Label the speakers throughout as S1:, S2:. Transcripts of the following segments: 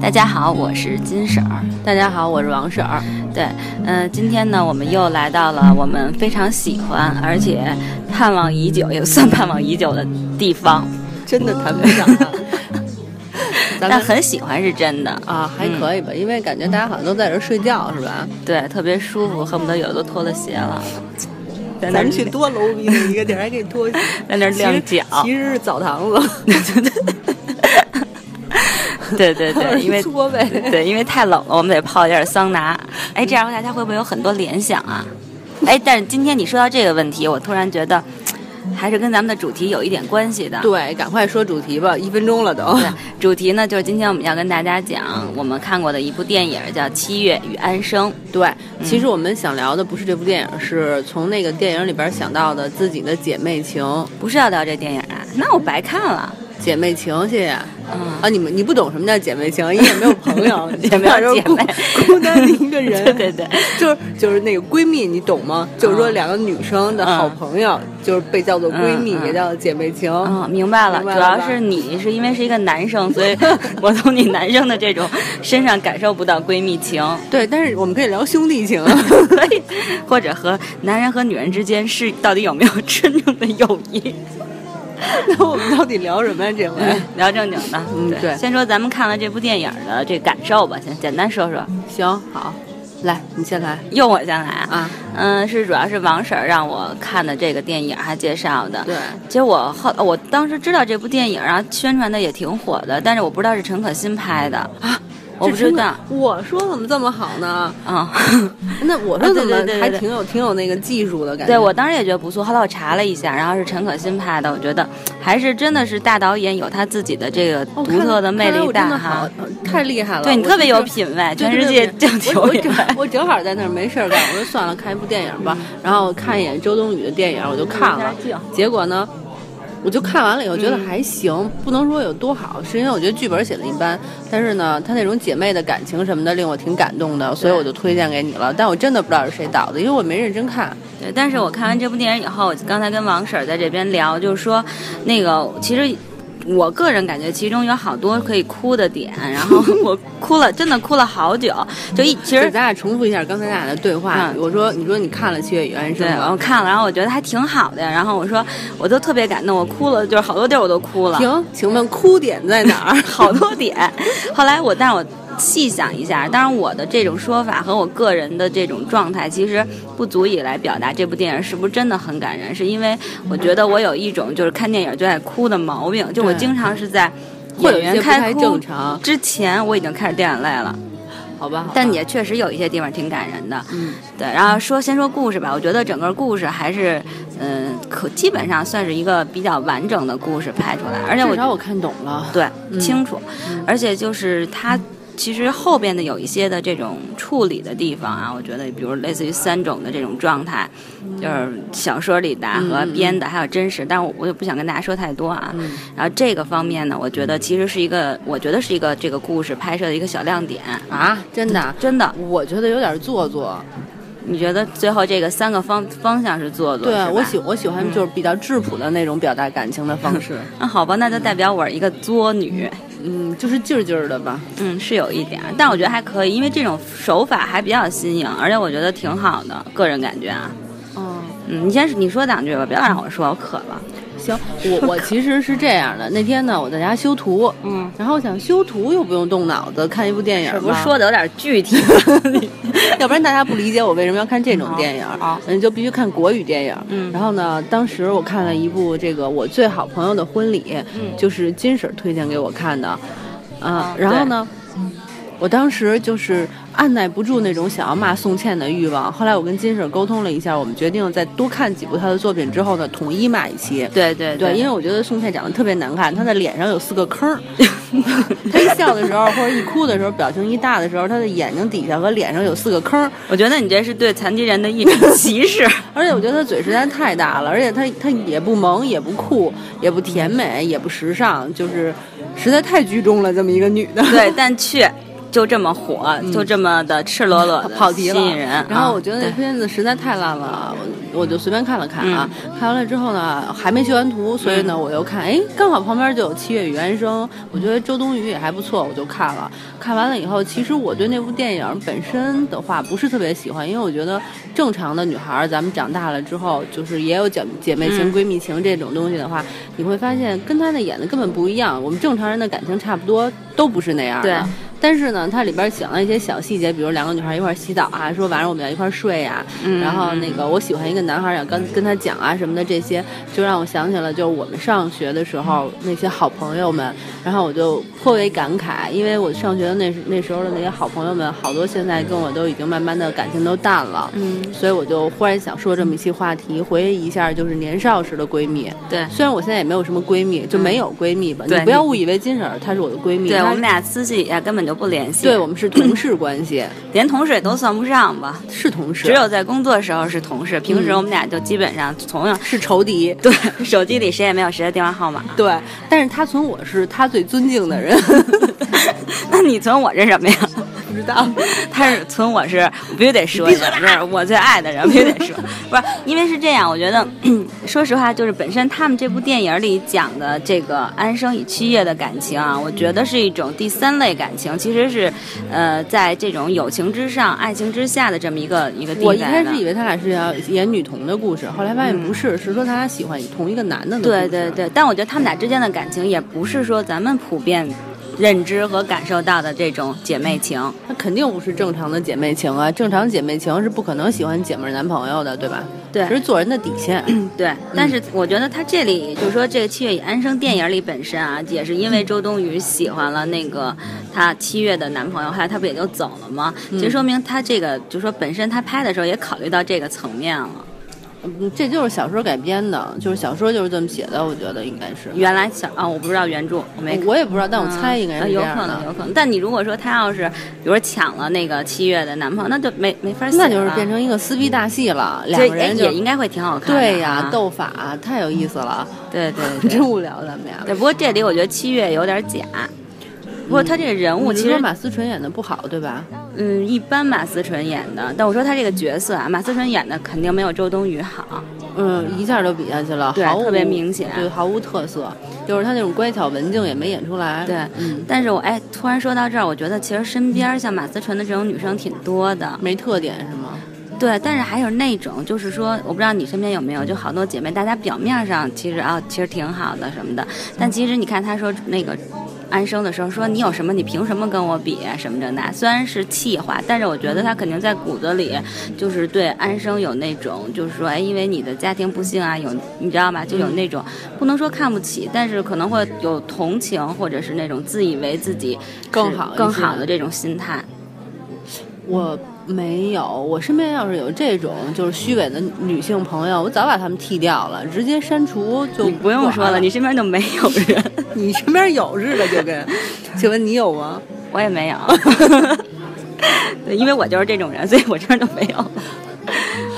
S1: 大家好，我是金婶儿。
S2: 大家好，我是王婶儿。
S1: 对，嗯、今天呢，我们又来到了我们非常喜欢而且盼望已久，也算盼望已久的地方。
S2: 真的谈不上啊， 咱
S1: 但
S2: 们
S1: 很喜欢是真的，
S2: 啊还可以吧，
S1: 嗯
S2: 因为感觉大家好像都在这儿睡觉是吧？
S1: 对，特别舒服，恨不得有的都脱了鞋了，在那
S2: 咱
S1: 儿
S2: 们去多 low 逼的一个地儿，还给你脱
S1: 在那儿晾脚。
S2: 其实是澡堂子，
S1: 对对 对，因为嗯
S2: 搓呗。
S1: 对，因为太冷了，我们得泡一下桑拿。哎，这样大家会不会有很多联想啊？哎，但是今天你说到这个问题，我突然觉得，还是跟咱们的主题有一点关系的。
S2: 对，赶快说主题吧，一分钟了都。
S1: 对， 主题呢就是今天我们要跟大家讲我们看过的一部电影，叫《七月与安生》。
S2: 对，
S1: 嗯
S2: 其实我们想聊的不是这部电影，是从那个电影里边想到的自己的姐妹情，
S1: 不是要聊这电影啊？那我白看了。
S2: 姐妹情，谢谢。
S1: 嗯，
S2: 啊，你们你不懂什么叫姐 妹情，因为也没有 朋友，你
S1: 也没有
S2: 就 是
S1: 姐妹
S2: 孤 孤单的 一个人。
S1: 对对对，
S2: 就是就是那个闺蜜，你懂吗？就是说
S1: 嗯
S2: 两个女生的好朋友，就是被叫做闺蜜，
S1: 嗯嗯
S2: 也叫姐妹情。
S1: 嗯，明白了。
S2: 明白
S1: 主
S2: 了吧
S1: 要是你是因为是一个男生， 所以我从你男生的这种身上感受不到闺蜜 情。
S2: 对，但是我们可以聊兄弟情。啊
S1: 所以，或者和男人和女人之间是到底有没有真正的友谊？
S2: 那我们到底聊什么呀？这回
S1: 聊正经的，
S2: 哎嗯对
S1: 先说咱们看了这部电影的这感受吧，先简单说说。
S2: 行好，来你先来
S1: 用我先来啊，
S2: 啊。
S1: 嗯，是主要是王婶儿让我看的这个电影，还介绍的。
S2: 对，
S1: 其实我后我当时知道这部电影，然后宣传的也挺火的，但是我不知道是陈可辛拍的啊，我不知道。
S2: 这真的。我说怎么这么好呢？
S1: 啊，
S2: 那我
S1: 啊对
S2: 说怎么
S1: 对对对
S2: 还
S1: 对
S2: 挺有挺有那个技术的感觉。
S1: 对我当时也觉得不错，后来我查了一下，然后是陈可辛拍的，我觉得还是真的是大导演有他自己的这个
S2: 哦
S1: 独特的魅力大哈。，
S2: 看看来我真的好太厉害了。
S1: 对你
S2: 我
S1: 特别
S2: 就
S1: 有
S2: 是
S1: 品位，
S2: 对
S1: 全
S2: 对
S1: 世
S2: 对
S1: 界
S2: 对
S1: 就你
S2: 我
S1: 有
S2: 我
S1: 品
S2: 正
S1: 位。
S2: 我正好在那儿没事儿干，我说算了，看一部电影吧。然后看一眼周冬雨的电影，我就看了。结果呢，我就看完了以后觉得
S1: 嗯
S2: 还行，不能说有多好，是因为我觉得剧本写的一般。但是呢，她那种姐妹的感情什么的，令我挺感动的，所以我就推荐给你了。但我真的不知道是谁导的，因为我没认真看。
S1: 对，但是我看完这部电影以后，我刚才跟王婶儿在这边聊，就是说，那个其实。我个人感觉其中有好多可以哭的点，然后我哭了，真的哭了好久。就一其
S2: 其实
S1: 实
S2: 咱俩重复一下刚才咱俩的对话。
S1: 嗯
S2: 我说，你说你看了《七月与安
S1: 对》
S2: 生
S1: 我
S2: 吗？
S1: 看了，然后我觉得还挺好的。然后我说我都特别感动，我哭了，就是好多地儿我都哭了。
S2: 停，请问哭点在哪 儿？
S1: 好多点。后来我，但是我细想一下，当然我的这种说法和我个人的这种状态，其实不足以来表达这部电影是不是真的很感人，是因为我觉得我有一种就是看电影就爱哭的毛病，就我
S2: 对
S1: 经常是在
S2: 会有
S1: 演
S2: 一些
S1: 员
S2: 不太
S1: 开哭
S2: 正。常，
S1: 之前我已经开始掉眼泪了，
S2: 好吧？好吧
S1: 但也确实有一些地方挺感人的。
S2: 嗯。
S1: 对，然后说先说故事吧，我觉得整个故事还是，嗯、可基本上算是一个比较完整的故事拍出来，而且我
S2: 至少我看懂了。
S1: 对，
S2: 嗯
S1: 清楚，而且就是它其实后边的有一些的这种处理的地方啊，我觉得比如类似于三种的这种状态，就是小说里的啊
S2: 嗯
S1: 和
S2: 嗯
S1: 编的，还有真实，但我我也不想跟大家说太多啊。
S2: 嗯
S1: 然后这个方面呢，我觉得其实是一个，我觉得是一个这个故事拍摄的一个小亮点。
S2: 啊，真的啊，
S1: 真的，
S2: 我觉得有点做作。
S1: 你觉得最后这个三个方方向是做作？
S2: 对
S1: 是吧
S2: 我喜我喜欢就是比较质朴的那种表达感情的方 式，
S1: 那 好吧，那就代表我是一个作女。
S2: 嗯，就是劲儿劲儿的吧。
S1: 嗯，是有一点儿，但我觉得还可以，因为这种手法还比较新颖，而且我觉得挺好的，个人感觉啊。
S2: 嗯，
S1: 嗯，你先你说两句吧，不要让我说，我渴了。
S2: 行，我 我其实是这样的，那天呢我在家修图，
S1: 嗯，
S2: 然后我想修图又不用动脑子，看一部电影
S1: 这
S2: 吧，
S1: 不是说的有点具体吗？
S2: 要不然大家不理解我为什么要看这种电影
S1: 好好，
S2: 嗯，就必须看国语电影。
S1: 嗯
S2: 然后呢，当时我看了一部这个我最好朋友的婚礼，
S1: 嗯
S2: 就是金婶儿推荐给我看的，啊
S1: 啊，
S2: 然后呢，我当时就是按耐不住那种想要骂宋茜的欲望。后来我跟金婶儿沟通了一下，我们决定再多看几部她的作品之后呢，统一骂一期。
S1: 对对
S2: 对，因
S1: 为
S2: 为我觉得宋茜长得特别难看，她的脸上有四个 坑儿。她一笑的时候，或者一哭的时候，表情一大的时候，她的眼睛底下和脸上有四个坑儿。
S1: 我觉得你这是对残疾人的一种歧视。
S2: 而且我觉得她嘴实在太大了，而且她她也不萌，也不酷，也不甜美，也不时尚，就是实在太居中了。这么一个女的，
S1: 对，但却就这么火，就这么的赤裸裸的
S2: 嗯跑题了
S1: 吸引人。
S2: 然后
S1: 啊
S2: 我觉得那
S1: 对
S2: 片子实在太烂了，我我就随便看了看啊，
S1: 嗯
S2: 看完了之后呢，还没学完图，所以呢，我又看，哎，刚好旁边就有《七月与安生》，我觉得周冬雨也还不错，我就看了。看完了以后，其实我对那部电影本身的话不是特别喜欢，因为我觉得正常的女孩儿，咱们长大了之后，就是也有姐姐妹情、
S1: 嗯
S2: 闺蜜情这种东西的话，你会发现跟她那演的根本不一样。我们正常人的感情差不多都不是那样的。
S1: 对
S2: 但是呢，它里边讲了一些小细节，比如两个女孩一块儿洗澡啊，说晚上我们要一块儿睡呀、
S1: 嗯
S2: 然后那个我喜欢一个男孩，要跟跟他讲啊什么的，这些就让我想起了就是我们上学的时候那些好朋友们，然后我就颇为感慨，因为我上学的那时那时候的那些好朋友们，好多现在跟我都已经慢慢的感情都淡了，
S1: 嗯，
S2: 所以我就忽然想说这么一期话题，回忆一下就是年少时的闺蜜。
S1: 对
S2: 虽然我现在也没有什么闺蜜，就没有闺蜜吧，
S1: 对
S2: 你不要
S1: 你
S2: 误以为金婶儿她是我的闺蜜，
S1: 对，
S2: 她
S1: 我们俩私底下根本就不联系，
S2: 对我们是同事关 系，
S1: 连同事也都算不上吧。
S2: 是啊同事，
S1: 只有在工作时候是同事，平时我们俩就基本上从 样。
S2: 是仇敌。
S1: 对，手机里谁也没有谁的电话号码。
S2: 对，但是他存我是他最尊敬的人，
S1: 那你存我这什么呀？
S2: 不知道。
S1: 他是存我是我必须得说一下，这是我最爱的人，必须得说。不是，因为是这样，我觉得， 说实话，就是本身他们这部电影里讲的这个安生与七叶的感情啊，我觉得是一种第三类感情，其实是，呃，在这种友情之上、爱情之下的这么一个一个地
S2: 我
S1: 位
S2: 一
S1: 的。
S2: 开始以为他俩是要演女童的故事，后来发现不是，是说他俩喜欢同一个男的的故
S1: 嗯对
S2: 事。啊
S1: 对对，但我觉得他们俩之间的感情也不是说咱们普遍认知和感受到的这种姐妹情。
S2: 那肯定不是正常的姐妹情啊！正常姐妹情是不可能喜欢姐妹儿男朋友的，对嗯吧？
S1: 对
S2: 这是做人的底 线。
S1: 对，但是我觉得他这里就是说，这个《七月与安生》电影里本身啊，也是
S2: 嗯
S1: 因为周冬雨喜欢了那个她七月的男朋友，后来她不也就走了吗？其
S2: 嗯
S1: 实说明她这个，就是说本身她拍的时候也考虑到这个层面了。
S2: 嗯，这就是小说改编的，就是小说就是这么写的，我觉得应该是。
S1: 原来小啊，我不知道原著，我没看。
S2: 我也不知道，但我猜应
S1: 嗯
S2: 该是这
S1: 有
S2: 样
S1: 可
S2: 的。
S1: 能，有可能。但你如果说她要是，比如说抢了那个七月的男朋友，那就没没法写了。
S2: 那就是变成一个撕逼大戏了，两
S1: 这哎
S2: 个人就
S1: 也应该会挺好看的啊。
S2: 对呀，斗法太有意思了，
S1: 对 对对
S2: 真无聊咱们俩。
S1: 对，不过这里我觉得七月有点假，不过他这个人物
S2: 你是
S1: 其
S2: 说
S1: 实
S2: 马思纯演的不好，对吧？
S1: 嗯一般马思纯演的，但我说他这个角色啊，马思纯演的肯定没有周冬雨好。
S2: 嗯，一下就比下去了，
S1: 对
S2: 毫无
S1: 特别明显
S2: 对，毫无特色，就是他那种乖巧文静也没演出来。
S1: 对，
S2: 嗯，
S1: 但是我哎，突然说到这儿，我觉得其实身边像马思纯的这种女生挺多的，
S2: 没特点是吗？
S1: 对，但是还有那种，就是说，我不知道你身边有没有，就好多姐妹，大家表面上其实啊，其实挺好的什么
S2: 嗯
S1: 的，但其实你看她说那个安生的时候，说你有什么，你凭什么跟我比啊什么这那，虽然是气话，但是我觉得她肯定在骨子里就是对安生有那种，就是说，哎，因为你的家庭不幸啊，有你知道吧，就
S2: 嗯
S1: 有那种不能说看不起，但是可能会有同情，或者是那种自以为自己是
S2: 更好一
S1: 更
S2: 些
S1: 好的这种心态。
S2: 我没有，我身边要是有这种就是虚伪的女性朋友，我早把她们剃掉了，直接删除就
S1: 你不用
S2: 管
S1: 说了，你身边就没有人。
S2: 你身边有似的就 跟，请问你有吗？
S1: 我也没有， 对，因为我就是这种人，所以我这儿就没有。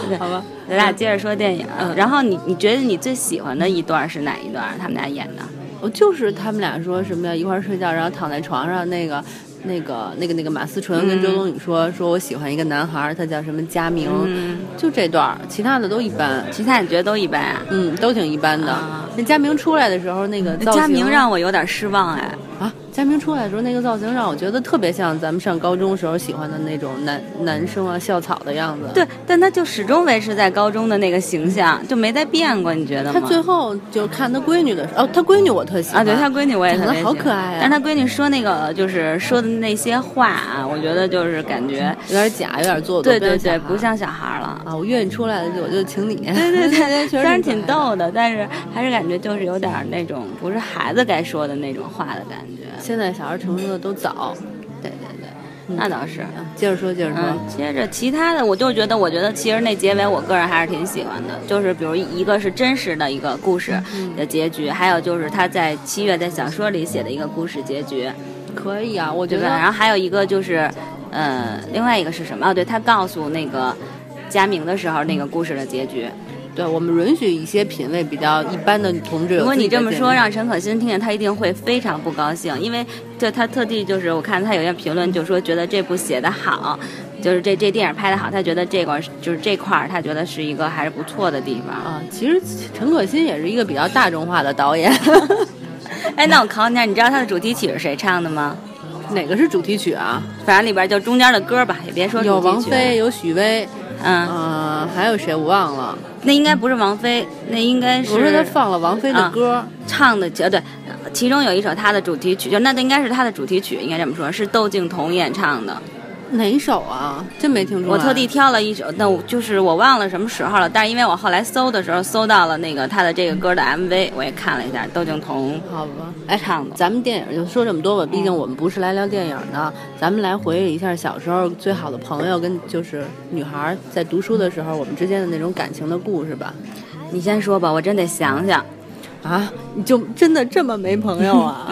S1: 对
S2: 好吧，
S1: 咱俩接着说电影，
S2: 嗯
S1: 然后你你觉得你最喜欢的一段是哪一段？他们俩演的？
S2: 我哦就是他们俩说什么呀，一块儿睡觉，然后躺在床上那个。那个、那个、那个马思纯跟周冬雨说、说，我喜欢一个男孩儿，他叫什么佳明，
S1: 嗯，
S2: 就这段儿，其他的都一般，
S1: 其他你觉得都一般啊？
S2: 嗯，都挺一般的。
S1: 啊
S2: 那佳明出来的时候，那个造型
S1: 佳明让我有点失望哎，
S2: 啊，佳明出来的时候那个造型让我觉得特别像咱们上高中时候喜欢的那种男男生啊校草的样子。，
S1: 对，但他就始终维持在高中的那个形象，就没再变过，你觉得
S2: 他
S1: 吗？
S2: 最后就看他闺女的时候，哦，他闺女我特喜欢
S1: 啊，对他闺女我也
S2: 长
S1: 特
S2: 得
S1: 别
S2: 好
S1: 喜欢
S2: 可爱啊
S1: 但是他闺女说那个就是说的那些话啊，我觉得就是感觉，
S2: 有点假，有点做作，
S1: 对对对，
S2: 不
S1: 不
S2: 像
S1: 像小孩儿了。
S2: 小孩儿啊，我愿意出来的就我就请你。
S1: 对对对，
S2: 确实
S1: 虽然
S2: 挺
S1: 挺
S2: 可爱的。
S1: 逗的，但是还是感觉就是有点儿那种不是孩子该说的那种话的感觉。
S2: 现在小孩成熟的都早，
S1: 对对对，那倒是。
S2: 啊接着说，接着说。
S1: 嗯，接着其他的，我就觉得，我觉得其实那结尾，我个人还是挺喜欢的。就是比如一个是真实的一个故事
S2: 嗯
S1: 的结局，还有就是他在七月在小说里写的一个故事结局，
S2: 可以啊，我觉
S1: 对吧？
S2: 得
S1: 然后还有一个就是，呃，另外一个是什么？哦，对他告诉那个佳明的时候那个故事的结局。
S2: 对我们允许一些品味比较一般的同志有
S1: 如果
S2: 自己的见解。
S1: 你这么说，让陈可辛听见，他一定会非常不高兴，因为就他特地就是我看他有些评论就说觉得这部写的好，就是这这电影拍的好，他觉得这块儿就是这块儿，他觉得是一个还是不错的地方。
S2: 啊，其实陈可辛也是一个比较大众化的导演。
S1: 哎，那我考你一下，你知道他的主题曲是谁唱的吗？
S2: 哪个是主题曲啊？
S1: 反正里边就中间的歌吧，也别说
S2: 有
S1: 主
S2: 王
S1: 题曲了。
S2: 菲，有许巍，
S1: 嗯，
S2: 嗯、还有谁我忘了。
S1: 那应该不是王菲，那应该是啊
S2: 我说他放了王菲的歌，
S1: 唱的，呃，对，其中有一首他的主题曲，就那应该是他的主题曲，应该这么说，是窦靖童演唱的。
S2: 哪一首啊？真没听出来。
S1: 我特地挑了一首，那我就是我忘了什么时候了，但是因为我后来搜的时候搜到了那个他的这个歌的 MV，我也看了一下，窦靖童
S2: 好吧。
S1: 哎唱的。
S2: 咱们电影就说这么多吧，毕竟我们不是来聊电影的，咱们来回忆一下小时候最好的朋友跟就是女孩儿在读书的时候我们之间的那种感情的故事吧。
S1: 你先说吧，我真得想想。
S2: 啊，你就真的这么没朋友啊？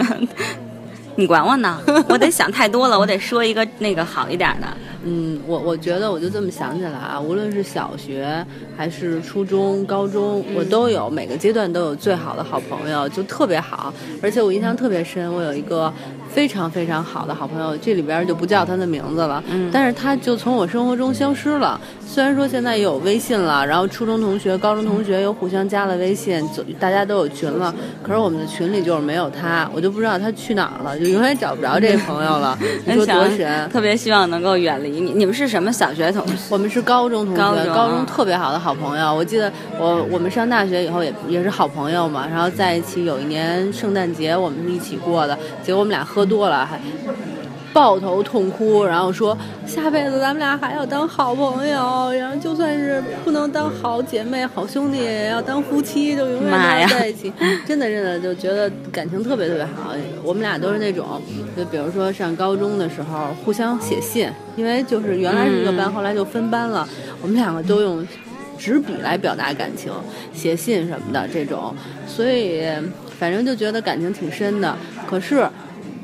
S1: 你管我呢，我得想太多了，我得说一个那个好一点的。
S2: 嗯，我我觉得我就这么想起来啊，无论是小学还是初中、高中，我都有每个阶段都有最好的好朋友，就特别好。而且我印象特别深，我有一个非常非常好的好朋友，这里边就不叫他的名字了，
S1: 嗯
S2: 但是他就从我生活中消失了。虽然说现在也有微信了，然后初中同学、高中同学又互相加了微信，就大家都有群了，可是我们的群里就是没有他，我就不知道他去哪儿了，就永远找不着这朋友了。你说多神！
S1: 特别希望能够远离你。你们是什么小学同学？
S2: 我们是高中同学，
S1: 高
S2: 高
S1: 中嗯
S2: 特别好的好朋友。我记得我我们上大学以后也也是好朋友嘛，然后在一起有一年圣诞节我们是一起过的，结果我们俩喝多了还。抱头痛哭，然后说下辈子咱们俩还要当好朋友，然后就算是不能当好姐妹、好兄弟，也要当夫妻，就永远
S1: 妈
S2: 都
S1: 呀
S2: 要在一起。真的，真的就觉得感情特别特别好。我们俩都是那种，就比如说上高中的时候互相写信，因为就是原来是一个班，
S1: 嗯
S2: 后来就分班了，我们两个都用纸笔来表达感情，写信什么的这种，所以反正就觉得感情挺深的。可是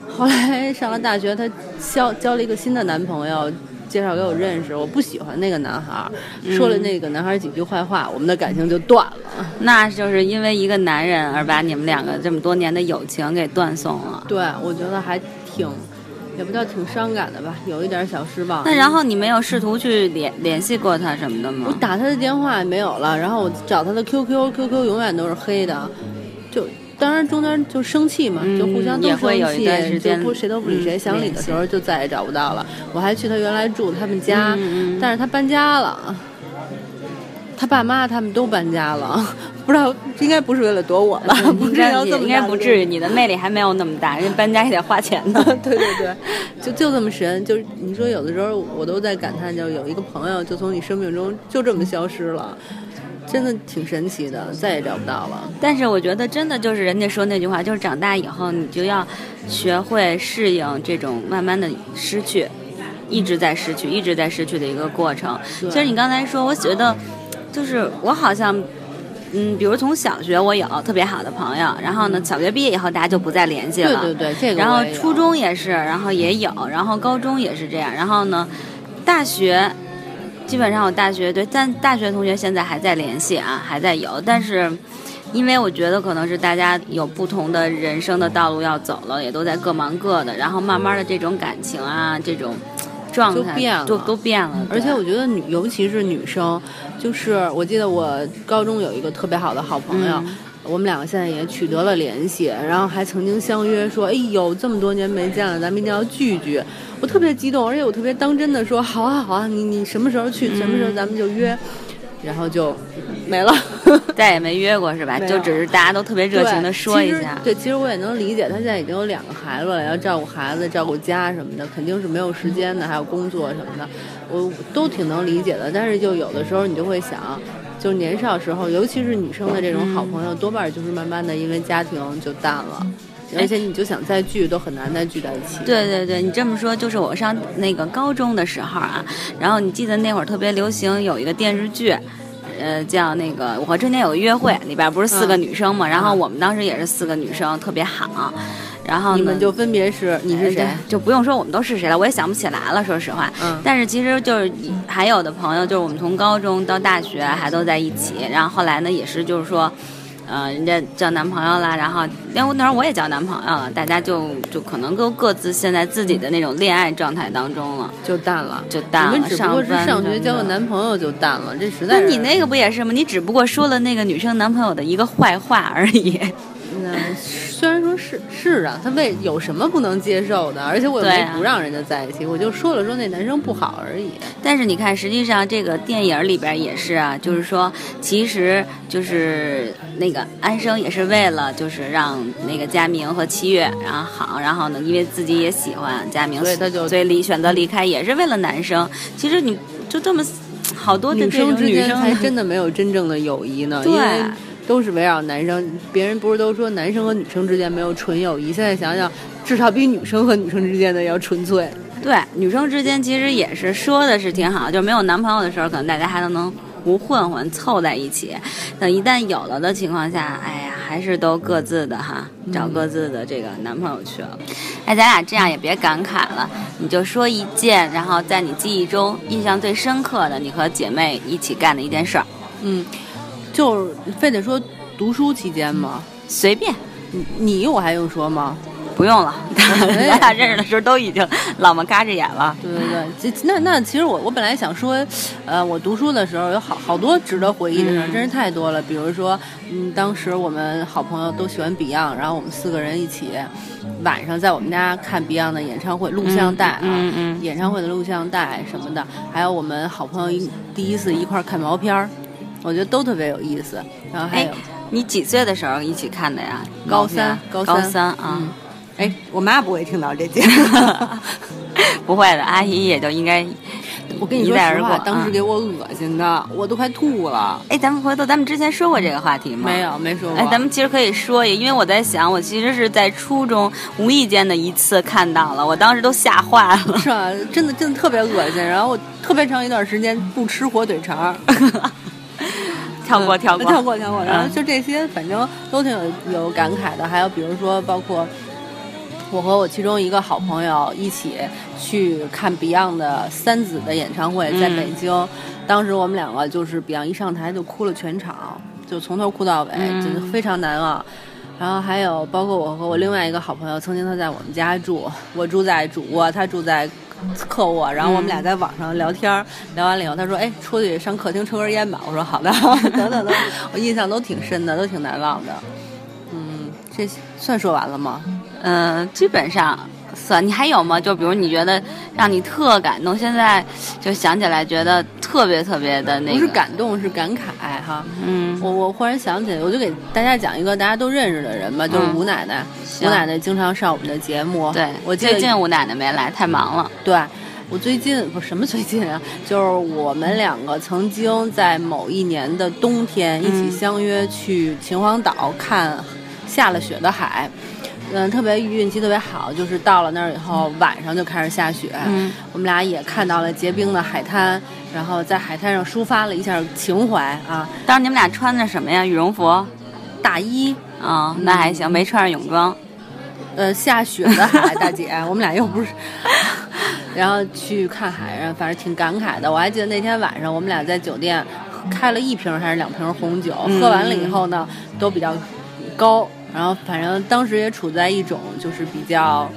S2: 后来上了大学，她交交了一个新的男朋友。介绍给我认识，我不喜欢那个男孩儿，说了那个男孩儿几句坏话，我们的感情就断了。
S1: 那就是因为一个男人而把你们两个这么多年的友情给断送了。
S2: 对，我觉得还挺，也不叫挺伤感的吧，有一点小失望。
S1: 那然后你没有试图去联联系过他什么的
S2: 我
S1: 吗？
S2: 打他的电话也没有了，然后我找他的 QQ，QQ 永远都是黑的，就当然中间就生气嘛，
S1: 嗯
S2: 就互相都
S1: 也
S2: 生
S1: 会有一段时
S2: 气，就
S1: 间
S2: 不谁都不理谁，
S1: 嗯
S2: 想理的时候就再也找不到了。我还去他原来住他们家，
S1: 嗯嗯
S2: 但是他搬家了。他爸妈他们都搬家了， 不知道应该不是为了躲我吧？
S1: 啊应
S2: 不至于
S1: 该
S2: 要这
S1: 也
S2: 么
S1: 应该
S2: 大
S1: 不
S2: 的
S1: 至于，你的魅力还没有那么大，人家搬家也得花钱呢。
S2: 对对对，就就这么神，就是你说有的时候我都在感叹，就是有一个朋友就从你生命中就这么消失了，真的挺神奇的，再也找不到了。
S1: 但是我觉得真的就是人家说那句话，就是长大以后你就要学会适应这种慢慢的失去，一直在失去，一直在失去的一个过程。
S2: 对
S1: 其实你刚才说，我觉得就是我好像。嗯，比如从小学我有特别好的朋友，然后呢，小学毕业以后大家就不再联系
S2: 对
S1: 了。
S2: 对对，这个
S1: 然
S2: 我
S1: 后
S2: 也有
S1: 初中也是，然后也有，然后高中也是这样，然后呢，大学基本上我大学对，但大学同学现在还在联系啊，还在有，但是。因为我觉得可能是大家有不同的人生的道路要走了，也都在各忙各的，然后慢慢的这种感情啊，这种状态
S2: 就变了
S1: 就都变了。
S2: 嗯而且
S1: 嗯对
S2: 我觉得女，尤其是女生，就是我记得我高中有一个特别好的好朋友。
S1: 嗯
S2: 我们两个现在也取得了联系，然后还曾经相约说，哎呦，这么多年没见了，咱们一定要聚聚。我特别激动，而且我特别当真的说，好啊好啊，你你什么时候去，什么时
S1: 嗯
S2: 候咱们就约，然后就没了。
S1: 再也没约过是吧？
S2: 没有
S1: 就只是大家都特别热情的说一下。
S2: 对其实。对，其实我也能理解，他现在已经有两个孩子了，要照顾孩子、照顾家什么的，肯定是没有时间的，还有工作什么的，我都挺能理解的。但是就有的时候你就会想。就是年少时候，尤其是女生的这种好朋友，多半就是慢慢的因为家庭就淡了，而且你就想再聚都很难再聚在一起。
S1: 对对对，你这么说就是我上那个高中的时候啊，然后你记得那会儿特别流行有一个电视剧。呃，叫那个《我和春天有个约会》，里边不是四个
S2: 嗯
S1: 女生嘛？然后我们当时也是四个女生，特别好。然后呢
S2: 你们就分别是你是谁
S1: 嗯哎对？就不用说我们都是谁了，我也想不起来了，说实话。
S2: 嗯
S1: 但是其实就是还有的朋友，就是我们从高中到大学还都在一起，然后后来呢也是就是说，呃，人家交男朋友啦，然后因为我那时候我也交男朋友了，大家就就可能都各自现在自己的那种恋爱状态当中了，
S2: 就淡了。
S1: 就淡
S2: 你
S1: 了。
S2: 们只不过是
S1: 班
S2: 上
S1: 什
S2: 学
S1: 么
S2: 交
S1: 的
S2: 个男朋友就淡了，这实在
S1: 那
S2: 是。
S1: 你那个不也是吗？你只不过说了那个女生男朋友的一个坏话而已。
S2: 那虽然说是是啊，他为有什么不能接受的？而且我也
S1: 对
S2: 没
S1: 啊
S2: 不让人家在一起，我就说了说那男生不好而已。
S1: 但是你看，实际上这个电影里边也是啊，就是说，其实就是那个安生也是为了就是让那个佳明和七月然后好，然后呢，因为自己也喜欢佳明，
S2: 所以他就
S1: 所以离选择离开也是为了男生。其实你就这么好多的
S2: 女
S1: 这种
S2: 生之
S1: 女
S2: 间
S1: 生
S2: 才真的没有真正的友谊呢，
S1: 对
S2: 因为都是围绕男生。别人不是都说男生和女生之间没有纯友谊？现在想想，至少比女生和女生之间的要纯粹。
S1: 对，女生之间其实也是说的是挺好，就是没有男朋友的时候，可能大家还都能胡混混凑在一起。等一旦有了的情况下，哎呀，还是都各自的哈，找各自的这个男朋友去了。哎，咱俩这样也别感慨了，你就说一件，然后在你记忆中印象最深刻的，你和姐妹一起干的一件事儿，
S2: 嗯，就是非得说读书期间吗？
S1: 随便。
S2: 你你我还用说吗？
S1: 不用了，
S2: 哎
S1: 咱俩认识的时候都已经老么嘎吱眼了。
S2: 对对对，这那那其实我我本来想说，呃，我读书的时候有好好多值得回忆的事儿，
S1: 嗯
S2: 真是太多了。比如说，嗯，当时我们好朋友都喜欢 Beyond，然后我们四个人一起晚上在我们家看 Beyond 的演唱会录像带啊，
S1: 嗯嗯
S2: 演唱会的录像带什么的，还有我们好朋友一第一次一块儿看毛片儿，我觉得都特别有意思。然后还有
S1: 哎，你几岁的时候一起看的呀？
S2: 高三
S1: 高
S2: 高三
S1: 三啊。
S2: 嗯哎，我妈不会听到这节目。
S1: 不会的，阿姨也就应该。
S2: 我跟你
S1: 一
S2: 说
S1: 带
S2: 实
S1: 而
S2: 话，
S1: 过
S2: 当时
S1: 嗯
S2: 给我恶心的，我都快吐了。
S1: 哎，咱们回头，咱们之前说过这个话题吗？
S2: 没。有，没说过。
S1: 哎，咱们其实可以说一，因为我在想，我其实是在初中无意间的一次看到了，我当时都吓坏了。
S2: 是啊，真的真的特别恶心。然后我特别长一段时间不吃火腿肠儿，
S1: 跳过，
S2: 嗯
S1: 跳过，
S2: 跳。过，跳过。然后
S1: 嗯
S2: 就这些，反正都挺有有感慨的。还有比如说，包括我和我其中一个好朋友一起去看 Beyond 的三子的演唱会，在
S1: 嗯
S2: 北京。当时我们两个就是 Beyond 一上台就哭了全场，就从头哭到尾，
S1: 嗯
S2: 就是非常难忘。然后还有包括我和我另外一个好朋友，曾经他在我们家住，我住在主卧，他住在客卧，然后我们
S1: 嗯
S2: 俩在网上聊天儿，聊完了以后他说：“哎，出去上客厅抽根烟吧。”我说：“好的。” 等等等， 我印象都挺深的，都挺难忘的。嗯，这算说完了吗？
S1: 嗯、基本上算。你还有吗？就比如你觉得让你特感动，现在就想起来觉得特别特别的那
S2: 不
S1: 个。
S2: 是感动，是感慨哈。
S1: 嗯
S2: 我我忽然想起来，我就给大家讲一个大家都认识的人吧，就是
S1: 嗯
S2: 吴奶奶。
S1: 行
S2: 吴奶奶经常上我们的节目，
S1: 对，
S2: 我记
S1: 哦最
S2: 得
S1: 近我奶奶没来，太忙了。
S2: 对，我最近不是什么最近啊，就是我们两个曾经在某一年的冬天一起
S1: 嗯
S2: 相约去秦皇岛看下了雪的海。嗯，特别运气特别好，就是到了那儿以后，晚上就开始下雪。
S1: 嗯
S2: 我们俩也看到了结冰的海滩，然后在海滩上抒发了一下情怀啊。
S1: 当时你们俩穿的什么呀？羽绒服？啊、
S2: 大衣，嗯
S1: 那还行，没穿上泳装。
S2: 呃，下雪的海，大姐，我们俩又不是。 然后去看海，然后反正挺感慨的。我还记得那天晚上，我们俩在酒店开了一瓶还是两瓶红酒，
S1: 嗯
S2: 喝完了以后呢，都比较高。然后反正当时也处在一种就是比较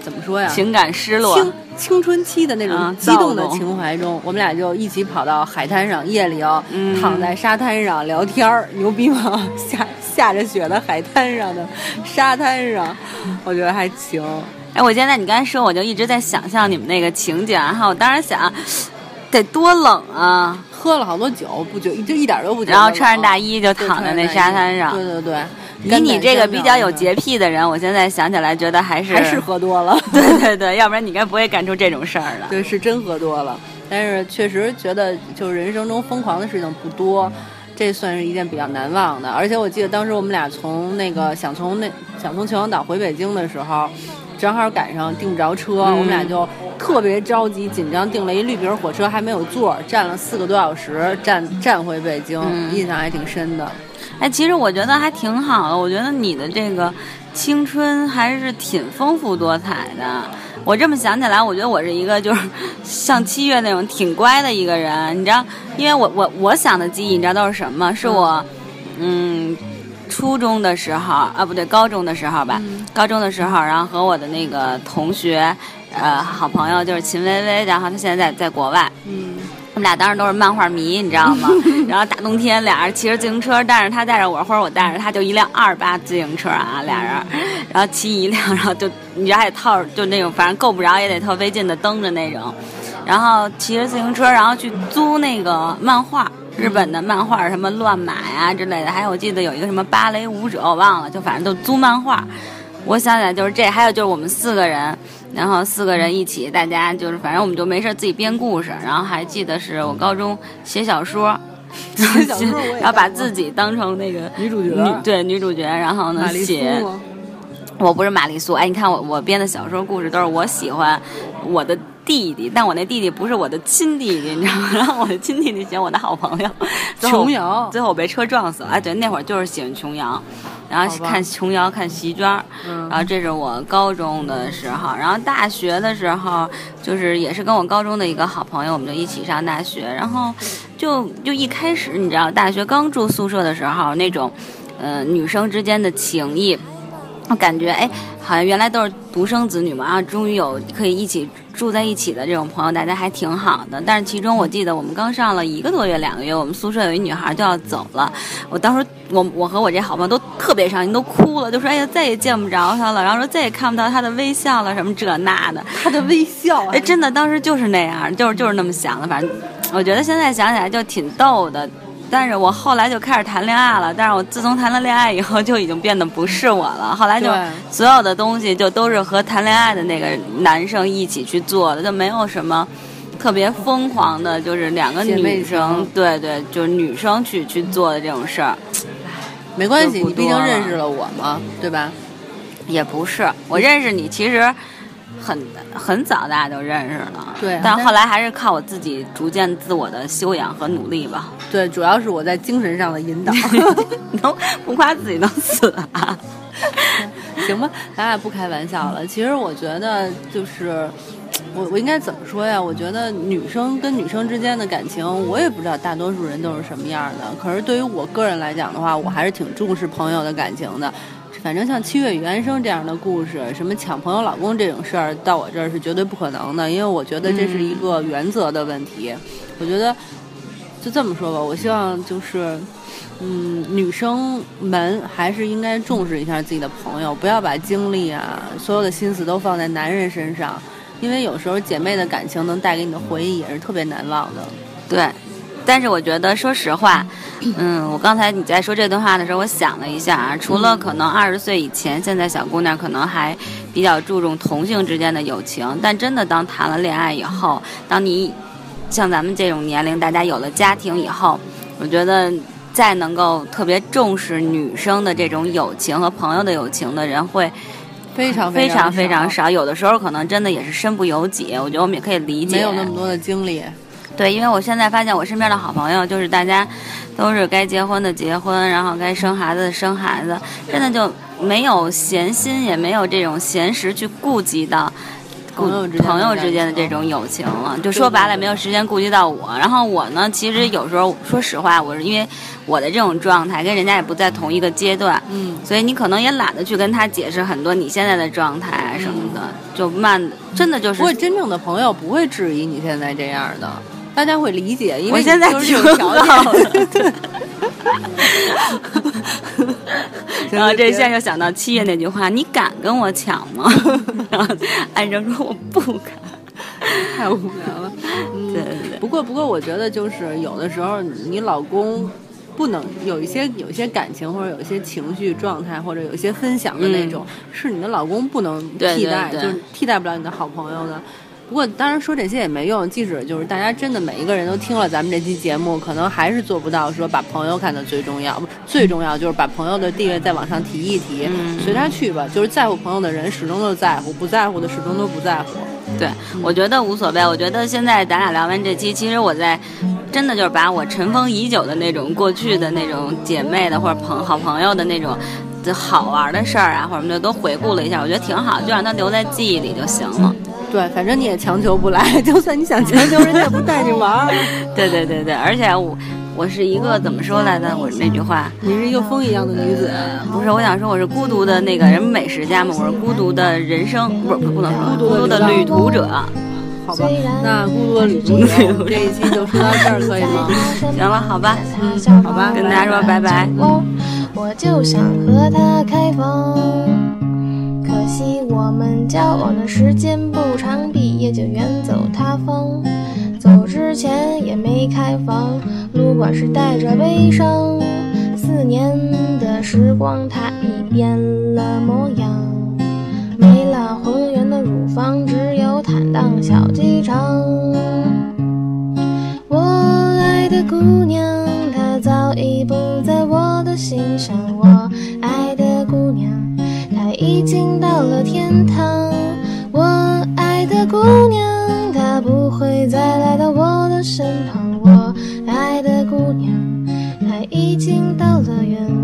S2: 怎么说呀，
S1: 情感失落，
S2: 青青春期的那种
S1: 嗯
S2: 激动的
S1: 躁动
S2: 情怀中，我们俩就一起跑到海滩上，夜里哦，
S1: 嗯
S2: 躺在沙滩上聊天儿，牛逼吗？ 下下着雪的海滩上的沙滩上，我觉得还行。
S1: 哎，我现在你刚才说，我就一直在想象你们那个情景，然后我当时想， 得多冷啊！
S2: 喝了好多酒，不觉就一点都不觉得
S1: 然
S2: 冷。
S1: 后穿着大
S2: 衣
S1: 衣就躺在那沙滩上。
S2: 对对对，
S1: 以你这个比较有洁
S2: 洁，
S1: 癖的人，我现在想起来觉得还是
S2: 还是喝多了。
S1: 对对对，要不然你应该不会干出这种事儿的。
S2: 对，是真喝多了，但是确实觉得就是人生中疯狂的事情不多，
S1: 嗯
S2: 这算是一件比较难忘的。而且我记得当时我们俩从那个想从那想从秦皇岛回北京的时候，正好赶上订不着车，
S1: 嗯
S2: 我们俩就特别着急紧张，订了一绿皮儿火车，还没有座儿，站了四个多小时，站站回北京，
S1: 嗯
S2: 印象还挺深的。
S1: 哎，其实我觉得还挺好的，我觉得你的这个青春还是挺丰富多彩的。我这么想起来，我觉得我是一个就是像七月那种挺乖的一个人，你知道，因为我我我想的记忆，你知道都是什么？是我，嗯，初中的时候啊，不对，高中的时候吧，高中的时候，然后和我的那个同学，呃，好朋友就是秦薇薇，然后她现在在在国外，
S2: 嗯，
S1: 我们俩当时都是漫画迷，你知道吗？然后大冬天，俩人骑着自行车，但是他带着我，或者我带着他，就一辆二八自行车啊，俩人，然后骑一辆，然后就你知道还得套，就那种反正够不着也得特费劲的蹬着那种，然后骑着自行车，然后去租那个漫画。日本的漫画什么乱马呀之类的，还有我记得有一个什么芭蕾舞者，我忘了，就反正都租漫画。我想起来就是这，还有就是我们四个人，然后四个人一起，大家就是反正我们就没事自己编故事，然后还记得是我高中写小说，
S2: 写 小说我也干过
S1: 然后把自己当成那个
S2: 女主角
S1: 女对女主角，然后呢
S2: 玛丽苏啊
S1: 写
S2: 吗
S1: 我不是玛丽苏，哎，你看我我编的小说故事都是我喜欢我的弟弟，但我那弟弟不是我的亲弟弟，你知道吗？然后我的亲弟弟喜欢我的好朋友，最后
S2: 琼瑶
S1: 最后我被车撞死了。哎，对，那会儿就是喜欢琼瑶，然后
S2: 好吧
S1: 看琼瑶看席娟儿，
S2: 嗯
S1: 然后这是我高中的时候，然后大学的时候就是也是跟我高中的一个好朋友，我们就一起上大学，然后就就一开始你知道，大学刚住宿舍的时候那种，呃，女生之间的情谊。我感觉哎，好像原来都是独生子女嘛，然后终于有可以一起住在一起的这种朋友，大家还挺好的。但是其中我记得我们刚上了一个多月、两个月，我们宿舍有一女孩就要走了，我当时我我和我这好朋友都特别伤心，都哭了，就说哎呀再也见不着她了，然后说再也看不到她的微笑了，什么这那的。
S2: 她的微笑啊
S1: 哎，，真的当时就是那样，就是就是那么想的。反正我觉得现在想起来就挺逗的，但是我后来就开始谈恋爱了。但是我自从谈了恋爱以后，就已经变得不是我了。后来就
S2: 对
S1: 所有的东西就都是和谈恋爱的那个男生一起去做的，就没有什么。特别疯狂的，就是两个
S2: 姐妹
S1: 女生
S2: 情，
S1: 对对，就是女生去去做的这种事儿，
S2: 没关系，
S1: 就不
S2: 你毕
S1: 多啊了
S2: 竟认识了我嘛，对吧？
S1: 也不是。我认识你其实很很早，大家就认识了，
S2: 对
S1: 但
S2: 但
S1: 后来还是靠我自己逐渐自我的修养和努力吧。
S2: 对，主要是我在精神上的引导，
S1: 能不夸自己能死啊？
S2: 行吧？咱俩不开玩笑了。其实我觉得就是。我我应该怎么说呀？我觉得女生跟女生之间的感情，我也不知道大多数人都是什么样的。可是对于我个人来讲的话，我还是挺重视朋友的感情的。反正像《七月与安生》这样的故事，什么抢朋友老公这种事儿，到我这儿是绝对不可能的，因为我觉得这是一个原则的问题。我觉得就这么说吧，我希望就是，嗯，女生们还是应该重视一下自己的朋友，不要把精力啊，所有的心思都放在男人身上，因为有时候姐妹的感情能带给你的回忆也是特别难忘的。
S1: 对，但是我觉得，说实话，嗯，我刚才你在说这段话的时候，我想了一下啊，除了可能二十岁以前，现在小姑娘可能还比较注重同性之间的友情，但真的当谈了恋爱以后，当你像咱们这种年龄，大家有了家庭以后，我觉得。再能够特别重视女生的这种友情和朋友的友情的人，会
S2: 非常
S1: 非
S2: 常
S1: 常非常，少。有的时候可能真的也是身不由己，我觉得我们也可以理解。
S2: 没有那么多的精力。
S1: 对，因为我现在发现我身边的好朋友，就是大家都是该结婚的结婚，然后该生孩子的生孩子，真的就没有闲心，也没有这种闲时去顾及到。顾
S2: 朋
S1: 朋友
S2: 友之间的
S1: 之间的
S2: 感情
S1: 这种友情了，就说白了
S2: 对对对
S1: 没有时间顾及到我。然后我呢，其实有时候说实话，我是因为我的这种状态跟人家也不在同一个阶段，
S2: 嗯，
S1: 所以你可能也懒得去跟他解释很多你现在的状态啊什么的，就慢，真的就
S2: 不
S1: 是
S2: 过真正的朋友不会质疑你现在这样的，大家会理解，因为
S1: 我
S2: 你
S1: 现在
S2: 就是有
S1: 听
S2: 条
S1: 到了
S2: 件。对
S1: 然后这现在就想到七月那句话：“你敢跟我抢吗？” 然后安生说：“我不敢。
S2: 太无聊了。”嗯
S1: 对，对对，
S2: 不过，不过，我觉得就是有的时候你老公不能有一些有一些感情或者有一些情绪状态或者有一些分享的那种，是你的老公不能
S1: 嗯对
S2: 替代，
S1: 对对
S2: 就是替代不了你的好朋友的。不过，当然说这些也没用。即使就是大家真的每一个人都听了咱们这期节目，可能还是做不到说把朋友看得最重要，不最重要就是把朋友的地位再往上提一提，
S1: 嗯
S2: 随他去吧。就是在乎朋友的人始终都在乎，不在乎的始终都不在乎。
S1: 对，我觉得无所谓。我觉得现在咱俩聊完这期，其实我在真的就是把我尘封已久的那种过去的那种姐妹的或者朋好朋友的那种就好玩的事儿啊，或者什么的都回顾了一下，我觉得挺好，就让它留在记忆里就行了。
S2: 对，反正你也强求不来， 就算你想强求，人家也不带你玩儿。
S1: 对对对对，而且我我是一个怎么说来着？我那句话。
S2: 你是一个风一样的女子，
S1: 不是，我想说我是孤独的那个人，美食家嘛，我是孤独的人生，不是不能说
S2: 孤
S1: 孤
S2: 独
S1: 独
S2: 的
S1: 的
S2: 旅
S1: 旅
S2: 途
S1: 途者。啊
S2: 好吧？那孤独的旅途者，我们这一期就说到这儿，可以吗？
S1: 行了，好吧，
S3: 嗯，
S2: 好吧
S1: 跟大家说拜拜。
S3: 我我就想和他开房，可惜我们交往的时间不长，毕业就远走他方。走之前也没开房，撸管是带着悲伤。四年的时光，他已变了模样，没了浑圆的乳房，只有坦荡小鸡肠。我爱的姑娘，她早已不在我的心上。我爱的姑娘，她已经到了天堂。我爱的姑娘，她不会再来到我的身旁。我爱的姑娘，她已经到了远